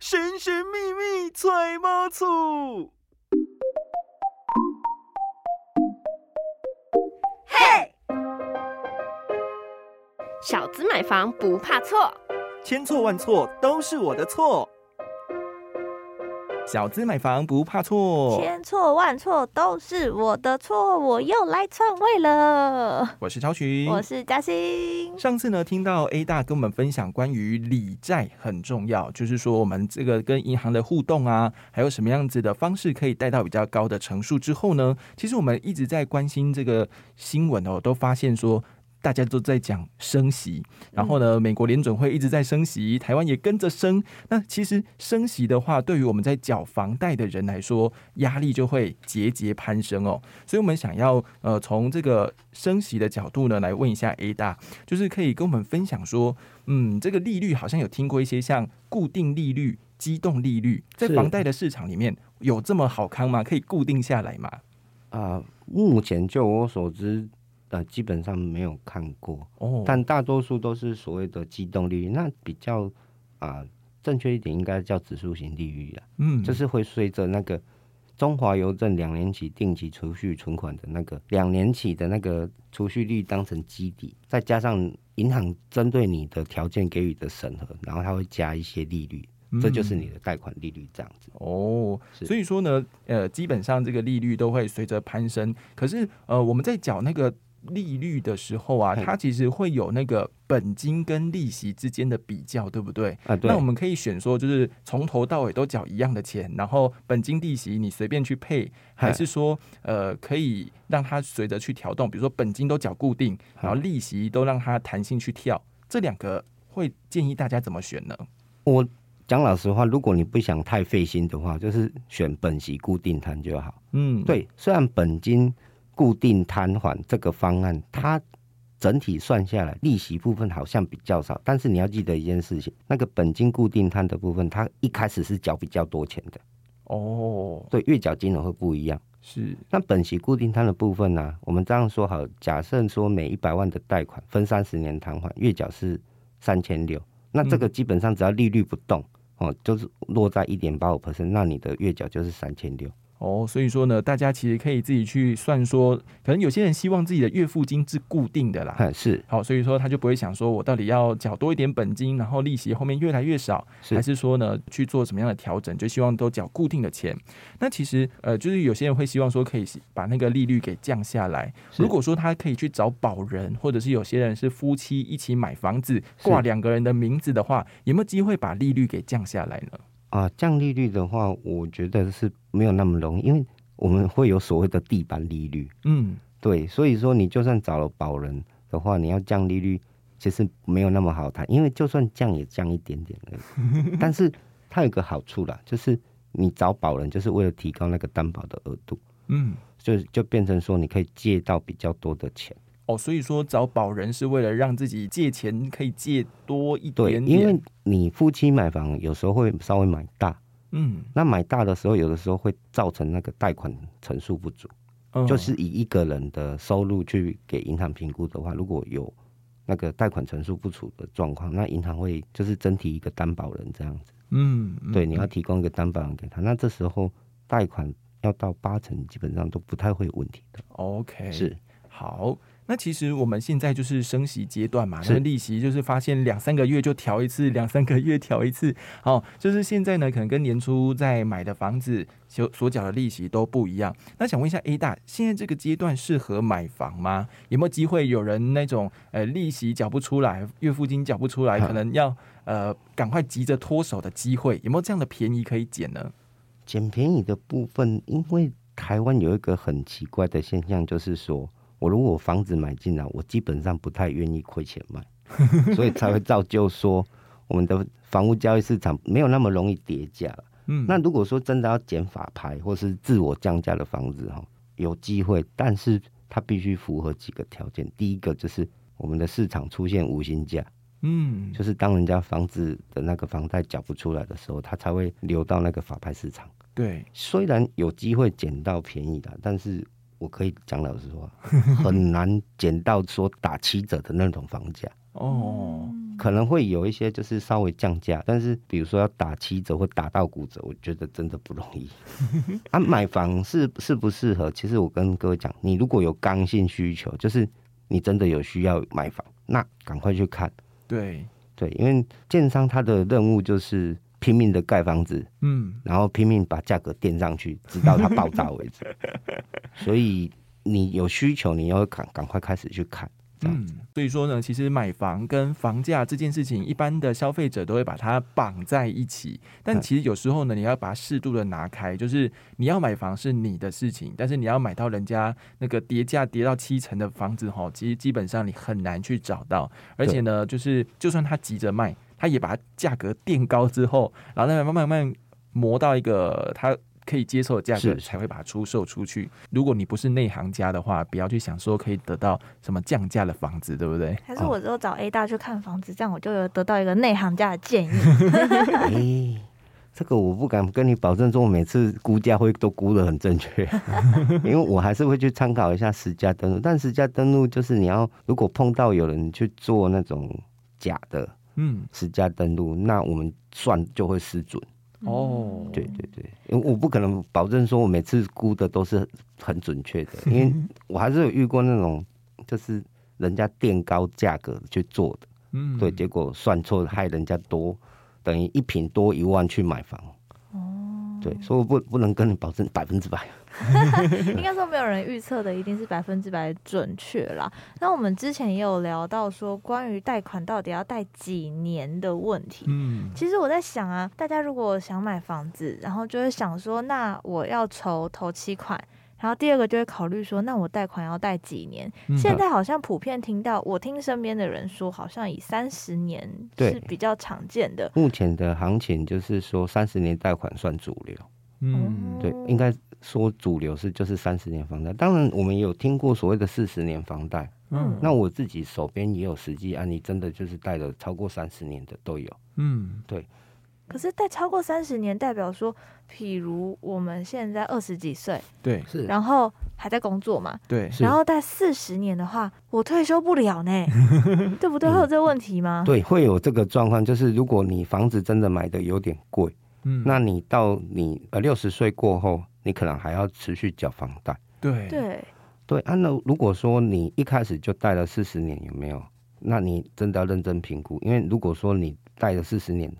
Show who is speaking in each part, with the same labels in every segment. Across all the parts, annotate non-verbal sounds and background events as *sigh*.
Speaker 1: 神神秘秘揣猫醋。
Speaker 2: 小资买房不怕错，
Speaker 1: 千错万错都是我的错。小资买房不怕错，
Speaker 3: 千错万错都是我的错，我又来篡位了。
Speaker 1: 我是超群，
Speaker 3: 我是嘉欣，
Speaker 1: 上次呢，听到 A 大跟我们分享关于理债很重要，就是说我们这个跟银行的互动啊，还有什么样子的方式可以贷到比较高的成数之后呢，其实我们一直在关心这个新闻哦，都发现说。大家都在讲升息，
Speaker 4: 嗯
Speaker 1: 然后呢，美国联准会一直在升息，台湾也跟着升。那其实升息的话，对于我们在缴房贷的人来说，压力就会节节攀升哦。所以，我们想要呃，从这个升息的角度呢，来问一下 A 大，就是可以跟我们分享说，嗯，这个利率好像有听过一些像固定利率、机动利率，在
Speaker 4: 是
Speaker 1: 房贷的市场里面有这么好康吗？可以固定下来吗？
Speaker 4: 啊、目前就我所知，呃，基本上没有看过，
Speaker 1: 哦，
Speaker 4: 但大多数都是所谓的机动利率。那比较啊、正确一点，应该叫指数型利率啊，
Speaker 1: 嗯，
Speaker 4: 就是会随着那个中华邮政两年期定期储蓄存款的那个两年期的那个储蓄率当成基底，再加上银行针对你的条件给予的审核，然后它会加一些利率，这就是
Speaker 1: 嗯
Speaker 4: 你的贷款利率这样子。
Speaker 1: 哦，
Speaker 4: 是
Speaker 1: 所以说呢，呃，基本上这个利率都会随着攀升。可是，呃，我们在缴那个利率的时候啊，
Speaker 4: 嘿
Speaker 1: 它其实会有那个本金跟利息之间的比较，对不对？
Speaker 4: 啊，对
Speaker 1: 那我，们可以选说，就是从头到尾都缴一样的钱，然后本金利息你随便去配，还是说，呃，可以让它随着去调动，比如说本金都缴固定，然后
Speaker 4: 嘿
Speaker 1: 利息都让它弹性去跳，这两个会建议大家怎么选呢？
Speaker 4: 我讲老实话，如果你不想太费心的话，就是选本息固定摊就好。
Speaker 1: 嗯，，
Speaker 4: 对，虽然本金固定摊还这个方案，它整体算下来利息部分好像比较少，但是你要记得一件事情，那个本金固定摊的部分，它一开始是缴比较多钱的，
Speaker 1: 哦，
Speaker 4: 对，月缴金额会不一样。
Speaker 1: 是，
Speaker 4: 那本息固定摊的部分呢、我们这样说好，假设说每一百万的贷款分三十年偿还，月缴是三千六，那这个基本上只要利率不动。哦，就是落在一点八五 percent，那你的月缴就是三千六。
Speaker 1: 哦，所以说呢，大家其实可以自己去算说，可能有些人希望自己的月付金是固定的啦。
Speaker 4: 嗯，是
Speaker 1: 好，所以说他就不会想说我到底要缴多一点本金，然后利息后面越来越少，
Speaker 4: 是
Speaker 1: 还是说呢去做什么样的调整，就希望都缴固定的钱。那其实呃，就是有些人会希望说可以把那个利率给降下来。
Speaker 4: 是
Speaker 1: 如果说他可以去找保人，或者是有些人是夫妻一起买房子，挂
Speaker 4: 是
Speaker 1: 两个人的名字的话，有没有机会把利率给降下来呢？
Speaker 4: 啊，降利率的话，我觉得是没有那么容易，因为我们会有所谓的地板利率。
Speaker 1: 嗯，
Speaker 4: 对，所以说你就算找了保人的话，你要降利率，其实没有那么好谈，因为就算降也降一点点
Speaker 1: *laughs*
Speaker 4: 而已。但是它有个好处啦，就是你找保人就是为了提高那个担保的额度，
Speaker 1: 嗯。
Speaker 4: 就就变成说你可以借到比较多的钱。
Speaker 1: 哦，所以说找保人是为了让自己借钱可以借多一
Speaker 4: 对，
Speaker 1: 点点，
Speaker 4: 因为你夫妻买房有时候会稍微买大，
Speaker 1: 嗯，
Speaker 4: 那买大的时候有的时候会造成那个贷款层数不足。
Speaker 1: 嗯
Speaker 4: 就是以一个人的收入去给银行评估的话，如果有那个贷款成数不足的状况，那银行会就是征提一个担保人这样子。
Speaker 1: 嗯，嗯
Speaker 4: 对，你要提供一个担保人给他，那这时候贷款要到八成，基本上都不太会有问题的。
Speaker 1: OK
Speaker 4: 是
Speaker 1: 好。那其实我们现在就是升息阶段嘛，
Speaker 4: 是
Speaker 1: 那利息就是发现两三个月就调一次，两三个月调一次。 *laughs* 好，就是现在呢，可能跟年初在买的房子所所缴的利息都不一样。那想问一下 A 大，现在这个阶段适合买房吗？有没有机会有人那种呃利息缴不出来，月付金缴不出来，
Speaker 4: 哈
Speaker 1: 可能要呃赶快急着脱手的机会？有没有这样的便宜可以捡呢？
Speaker 4: 捡便宜的部分，因为台湾有一个很奇怪的现象，就是说我如果房子买进来，我基本上不太愿意亏钱
Speaker 1: *laughs*
Speaker 4: 卖，所以才会造就说我们的房屋交易市场没有那么容易跌价了。
Speaker 1: 嗯，
Speaker 4: 那如果说真的要减法拍或是自我降价的房子哈，有机会，但是它必须符合几个条件。第一个就是我们的市场出现无薪价，
Speaker 1: 嗯，
Speaker 4: 就是当人家房子的那个房贷缴不出来的时候，它才会流到那个法拍市场。
Speaker 1: 对，
Speaker 4: 虽然有机会捡到便宜的，但是我可以讲老实话，很难捡到说打七折的那种房价。
Speaker 1: 哦，
Speaker 4: 可能会有一些就是稍微降价，但是比如说要打七折或打到骨折，我觉得真的不容易。 *laughs* 啊，买房适适不适合？其实我跟各位讲，你如果有刚性需求，就是你真的有需要买房，那赶快去看。
Speaker 1: 对，
Speaker 4: 对，因为建商他的任务就是拼命的盖房子，
Speaker 1: 嗯，
Speaker 4: 然后拼命把价格垫上去，直到它爆炸为止。所以你有需求，你要赶赶快开始去看。这样
Speaker 1: 嗯，所以说呢，其实买房跟房价这件事情，一般的消费者都会把它绑在一起。但
Speaker 4: 嗯
Speaker 1: 其实有时候呢，你要把它适度的拿开，就是你要买房是你的事情，但是你要买到人家那个叠价叠到七成的房子哈，其实基本上你很难去找到。而且呢，就是就算他急着卖，他也把它价格垫高之后，然后再慢慢慢慢磨到一个他。可以接受的价格
Speaker 4: 是
Speaker 1: 才会把它出售出去。如果你不是内行家的话，不要去想说可以得到什么降价的房子，对不对？
Speaker 3: 还是我之后找 A 大去看房子，这样我就有得到一个内行家的建议。
Speaker 4: 哎、这个我不敢跟你保证，说我每次估价会都估得很正确，因为我还是会去参考一下实价登录。但实价登录就是你要如果碰到有人去做那种假的
Speaker 1: 嗯，
Speaker 4: 实价登录，那我们算就会失准。
Speaker 1: 哦，
Speaker 4: 嗯对，对对，因为我不可能保证说我每次估的都是很准确的，因为我还是有遇过那种就是人家垫高价格去做的，
Speaker 1: 嗯
Speaker 4: 对，结果算错害人家多等于一平多一万去买房。对，所以我不不能跟你保证百分之百。
Speaker 3: 应该说没有人预测的一定是百分之百准确啦。那我们之前也有聊到说，关于贷款到底要贷几年的问题。
Speaker 1: 嗯，
Speaker 3: 其实我在想啊，大家如果想买房子，然后就会想说，那我要筹头期款，然后第二个就会考虑说，那我贷款要贷几年？
Speaker 1: 嗯
Speaker 3: 现在好像普遍听到，我听身边的人说，好像以三十年
Speaker 4: 对
Speaker 3: 是比较常见的。
Speaker 4: 目前的行情就是说三十年贷款算主流，
Speaker 1: 嗯，
Speaker 4: 对
Speaker 3: 哦，
Speaker 4: 应该说主流是就是三十年房贷。当然，我们也有听过所谓的四十年房贷。
Speaker 1: 嗯，
Speaker 4: 那我自己手边也有实际案例，真的就是贷了超过三十年的都有。
Speaker 1: 嗯，
Speaker 3: 可是贷超过三十年，代表说，譬如我们现在二十几岁，
Speaker 1: 对
Speaker 4: 是
Speaker 3: 然后还在工作嘛，
Speaker 1: 对，
Speaker 4: 是
Speaker 3: 然后贷四十年的话，我退休不了
Speaker 4: *laughs*
Speaker 3: 呢，对不对？
Speaker 4: 嗯
Speaker 3: 会有这个问题吗？
Speaker 4: 对，会有这个状况，就是如果你房子真的买的有点贵，
Speaker 1: 嗯，
Speaker 4: 那你到你呃六十岁过后，你可能还要持续缴房贷。
Speaker 1: 对，
Speaker 3: 对，
Speaker 4: 对，按、照如果说你一开始就贷了四十年，有没有？那你真的要认真评估，因为如果说你贷了四十年，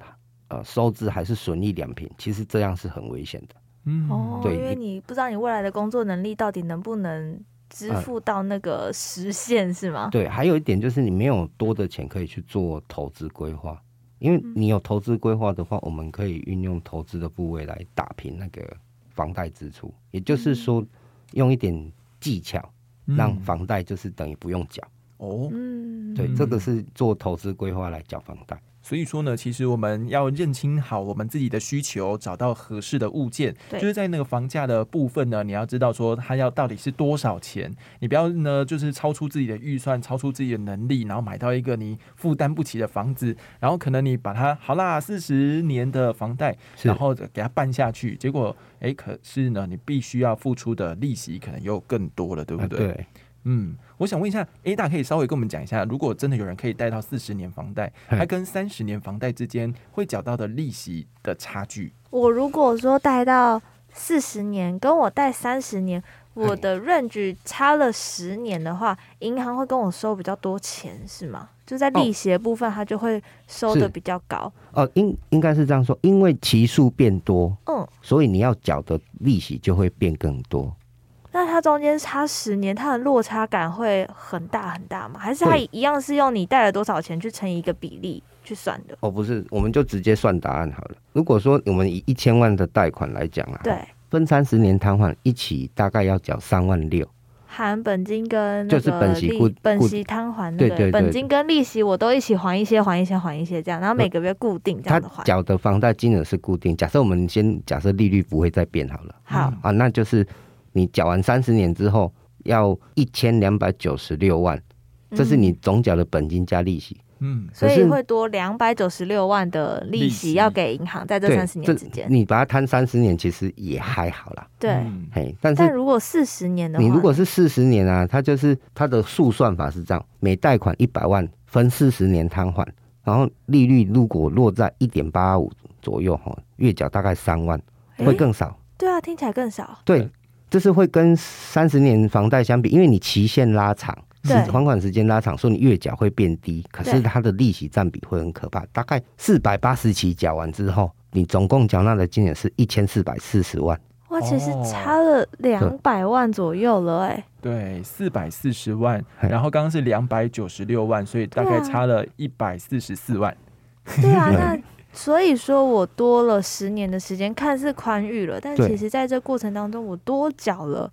Speaker 4: 呃，收支还是损益两平，其实这样是很危险的。
Speaker 1: 嗯，
Speaker 3: 哦，
Speaker 4: 对
Speaker 3: 因为你不知道你未来的工作能力到底能不能支付到那个时限，是吗？
Speaker 4: 呃对，还有一点就是你没有多的钱可以去做投资规划，因为你有投资规划的话，我们可以运用投资的部位来打平那个房贷支出，也就是说，用一点技巧
Speaker 1: 嗯
Speaker 4: 让房贷就是等于不用缴。
Speaker 1: 哦，
Speaker 3: 嗯，
Speaker 4: 对，
Speaker 1: 嗯
Speaker 4: 这个是做投资规划来缴房贷。
Speaker 1: 所以说呢，其实我们要认清好我们自己的需求，找到合适的物件。
Speaker 3: 对
Speaker 1: 就是在那个房价的部分呢，你要知道说它要到底是多少钱，你不要呢就是超出自己的预算，超出自己的能力，然后买到一个你负担不起的房子，然后可能你把它好啦四十年的房贷，
Speaker 4: 是
Speaker 1: 然后给它办下去，结果哎可是呢你必须要付出的利息可能又更多了，对不
Speaker 4: 啊，
Speaker 1: 对？
Speaker 4: 对，
Speaker 1: 嗯，我想问一下，A 大可以稍微跟我们讲一下，如果真的有人可以贷到四十年房贷，
Speaker 4: 嘿
Speaker 1: 它跟三十年房贷之间会缴到的利息的差距？
Speaker 3: 我如果说贷到四十年，跟我贷三十年，我的 range 差了十年的话，银行会跟我收比较多钱，是吗？就在利息的部分，它就会收的
Speaker 4: 哦是
Speaker 3: 比较高。
Speaker 4: 哦，应应该是这样说，因为期数变多，
Speaker 3: 嗯，
Speaker 4: 所以你要缴的利息就会变更多。
Speaker 3: 那它中间差十年，它的落差感会很大很大吗？还是它
Speaker 4: 会
Speaker 3: 一样是用你贷了多少钱去乘以一个比例去算的？
Speaker 4: 哦，不是，我们就直接算答案好了。如果说我们以一千万的贷款来讲啊，，
Speaker 3: 对，
Speaker 4: 分三十年摊还，一起大概要缴三万六。
Speaker 3: 含本金跟那
Speaker 4: 就是
Speaker 3: 个
Speaker 4: 本息
Speaker 3: 利
Speaker 4: 固
Speaker 3: 本
Speaker 4: 固
Speaker 3: 息摊还
Speaker 4: 对
Speaker 3: 那
Speaker 4: 对
Speaker 3: 个
Speaker 4: 对
Speaker 3: 本金跟利息我都一起还一些还一些还一些这样，然后每个月固定这
Speaker 4: 他
Speaker 3: 样的还。
Speaker 4: 缴的房贷金额是固定，假设我们先假设利率不会再变好了
Speaker 3: 好，
Speaker 4: 啊，那就是你缴完三十年之后要一千两百九十六万，这是
Speaker 3: 嗯
Speaker 4: 你总缴的本金加利息。
Speaker 1: 嗯
Speaker 3: 所
Speaker 4: 可
Speaker 3: 以
Speaker 4: 是
Speaker 3: 会多两百九十六万的利
Speaker 1: 利息
Speaker 3: 息要给银行，在这
Speaker 4: 对
Speaker 3: 三十年之间。
Speaker 4: 你把它摊三十年，其实也还好啦。
Speaker 3: 对，
Speaker 1: 嗯
Speaker 4: 嘿，但
Speaker 3: 但
Speaker 4: 是
Speaker 3: 如果四十年的话，
Speaker 4: 你如果是四十年啊，它就是它的速算法是这样，每贷款一百万分四十年摊还，然后利率如果落在一点八五左右哈，月缴大概三万，
Speaker 3: 诶
Speaker 4: 会更少。
Speaker 3: 对啊，听起来更少。
Speaker 1: 对
Speaker 4: 对，就是会跟三十年房贷相比，因为你期限拉长，
Speaker 3: 对
Speaker 4: 还款时间拉长，所以你月缴会变低，可
Speaker 3: 对
Speaker 4: 是它的利息占比会很可怕。大概四百八十期缴完之后，你总共缴纳的金额是一千四百四十万。
Speaker 3: 哇，其实
Speaker 1: 哦
Speaker 3: 差了两百万左右了、
Speaker 4: *laughs*
Speaker 3: 哎，
Speaker 1: 对，四百四十万，
Speaker 4: 嘿
Speaker 1: 然后刚刚是两百九十六万，所以大
Speaker 3: 对
Speaker 1: 概
Speaker 3: 啊
Speaker 1: 差了一百四十四万。
Speaker 3: 对啊，
Speaker 4: 对
Speaker 3: 那所以说我多了十年的时间，看似宽裕了，但
Speaker 4: 对嗯
Speaker 3: 其实在这过程当中，我多缴了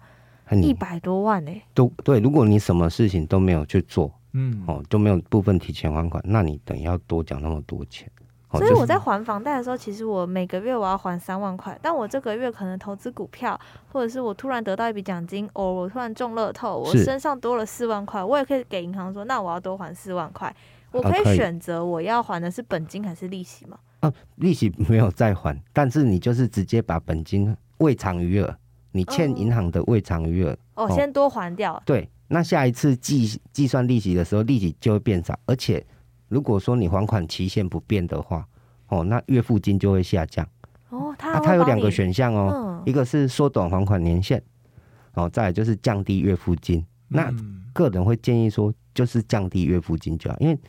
Speaker 3: 一
Speaker 4: 你
Speaker 3: 百多万哎、
Speaker 4: 都对，如果你什么事情都没有去做，
Speaker 1: 嗯，
Speaker 4: 哦，都没有部分提前还款，那你等于要多缴那么多钱。哦
Speaker 3: 所以
Speaker 4: 就是
Speaker 3: 我在还房贷的时候，其实我每个月我要还三万块，但我这个月可能投资股票，或者是我突然得到一笔奖金，哦，我突然中乐透，我
Speaker 4: 是
Speaker 3: 身上多了四万块，我也可以给银行说，那我要多还四万块。我
Speaker 4: 啊
Speaker 3: 可
Speaker 4: 可
Speaker 3: 以
Speaker 4: 以
Speaker 3: 选择我要还的是本金还是利息吗？
Speaker 4: 啊，利息没有再还，但是你就是直接把本金未偿余额，你欠
Speaker 3: 哦
Speaker 4: 银行的未偿余额
Speaker 3: 哦，
Speaker 4: 哦
Speaker 3: 先多还掉，
Speaker 4: 对，那下一次计计算利息的时候，利息就会变少，而且如果说你还款期限不变的话，哦，那月付金就会下降。
Speaker 3: 哦，他
Speaker 4: 啊，
Speaker 3: 还
Speaker 4: 它
Speaker 3: 会
Speaker 4: 有
Speaker 3: 帮
Speaker 4: 两
Speaker 3: 你
Speaker 4: 个选项哦，
Speaker 3: 嗯
Speaker 4: 一个是缩短还款年限，哦，再来就是降低月付金。那
Speaker 1: 嗯
Speaker 4: 个人会建议说，就是降低月付金就好，因为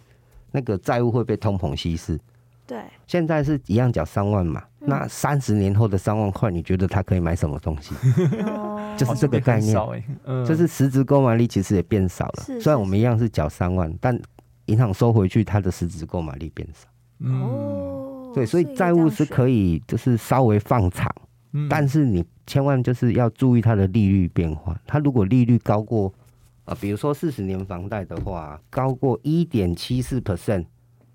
Speaker 4: 那个债务会被通膨稀释。
Speaker 3: 对，
Speaker 4: 现在是一样缴三万嘛，
Speaker 3: 嗯
Speaker 4: 那三十年后的三万块，你觉得他可以买什么东西？
Speaker 3: 哦
Speaker 4: 就是这个概念
Speaker 1: 好像也很少欸嗯，
Speaker 4: 就是实质购买力其实也变少了。
Speaker 3: 是
Speaker 4: 虽
Speaker 3: 是
Speaker 4: 然我们一样是缴三万，但银行收回去，它的实质购买力变少。
Speaker 1: 嗯，
Speaker 3: 哦，
Speaker 4: 对，所以债务是可
Speaker 3: 以
Speaker 4: 以就是稍微放长，
Speaker 1: 嗯
Speaker 4: 但是你千万就是要注意它的利率变化。它如果利率高过啊、呃比如说四十年房贷的话，高过一点七四 percent，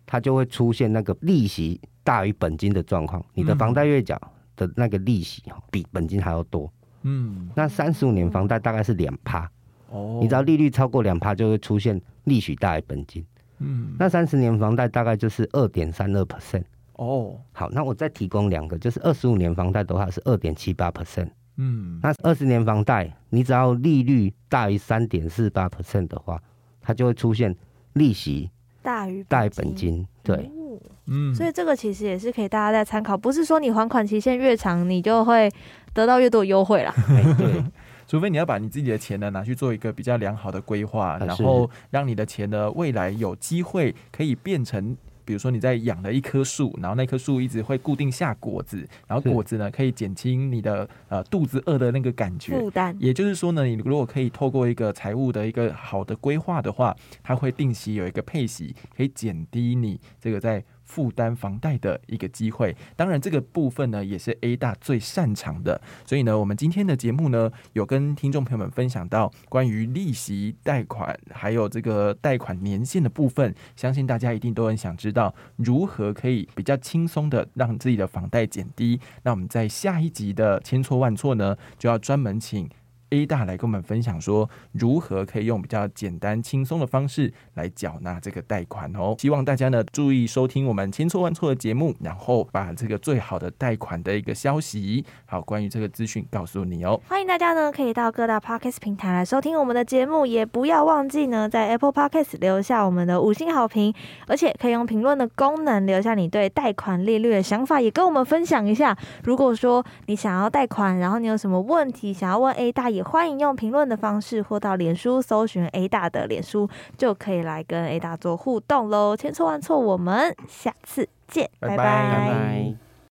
Speaker 4: 它就会出现那个利息大于本金的状况。你的
Speaker 1: 嗯
Speaker 4: 房贷月缴的那个利息哦比本金还要多。
Speaker 1: 嗯
Speaker 4: 那三十五年房贷大概是两趴。
Speaker 1: 哦，
Speaker 4: 你只要利率超过两趴，就会出现利息大于本金。
Speaker 1: 嗯
Speaker 4: 那三十年房贷大概就是二点三二 percent。
Speaker 1: 哦
Speaker 4: 好，那我再提供两个，就是二十五年房贷的话是二点七八 percent，
Speaker 1: 嗯
Speaker 4: 那二十年房贷你只要利率大于三点四八 percent 的话，它就会出现利息
Speaker 3: 大于
Speaker 4: 大于本，金。对，
Speaker 3: 哦
Speaker 1: 嗯，
Speaker 3: 所以这个其实也是可以大家在参考，不是说你还款期限越长，你就会得到越多优惠啦。
Speaker 4: 哎对，
Speaker 1: 除非你要把你自己的钱呢拿去做一个比较良好的规划，
Speaker 4: 啊是
Speaker 1: 然后让你的钱呢未来有机会可以变成。比如说你在养了一棵树，然后那棵树一直会固定下果子，然后
Speaker 4: 是
Speaker 1: 果子呢可以减轻你的呃肚子饿的那个感觉，
Speaker 3: 负担
Speaker 1: 也就是说呢，你如果可以透过一个财务的一个好的规划的话，它会定期有一个配息，可以减低你这个在负担房贷的一个机会。当然，这个部分呢也是 A 大最擅长的。所以呢，我们今天的节目呢，有跟听众朋友们分享到关于利息、贷款还有这个贷款年限的部分，相信大家一定都很想知道如何可以比较轻松的让自己的房贷减低。那我们在下一集的千错万错呢，就要专门请 A 大来跟我们分享说，如何可以用比较简单轻松的方式来缴纳这个贷款哦。希望大家呢注意收听我们千错万错的节目，然后把这个最好的贷款的一个消息，好关于这个资讯告诉你哦。
Speaker 3: 欢迎大家呢可以到各大 podcast 平台来收听我们的节目，也不要忘记呢在 Apple Podcast 留下我们的五星好评，而且可以用评论的功能留下你对贷款利率的想法，也跟我们分享一下。如果说你想要贷款，然后你有什么问题想要问 A 大，也欢迎用评论的方式或到脸书搜寻 A 大的脸书，就可以来跟 A 大做互动喽。千错万错，我们下次见，
Speaker 1: 拜拜
Speaker 4: 拜拜。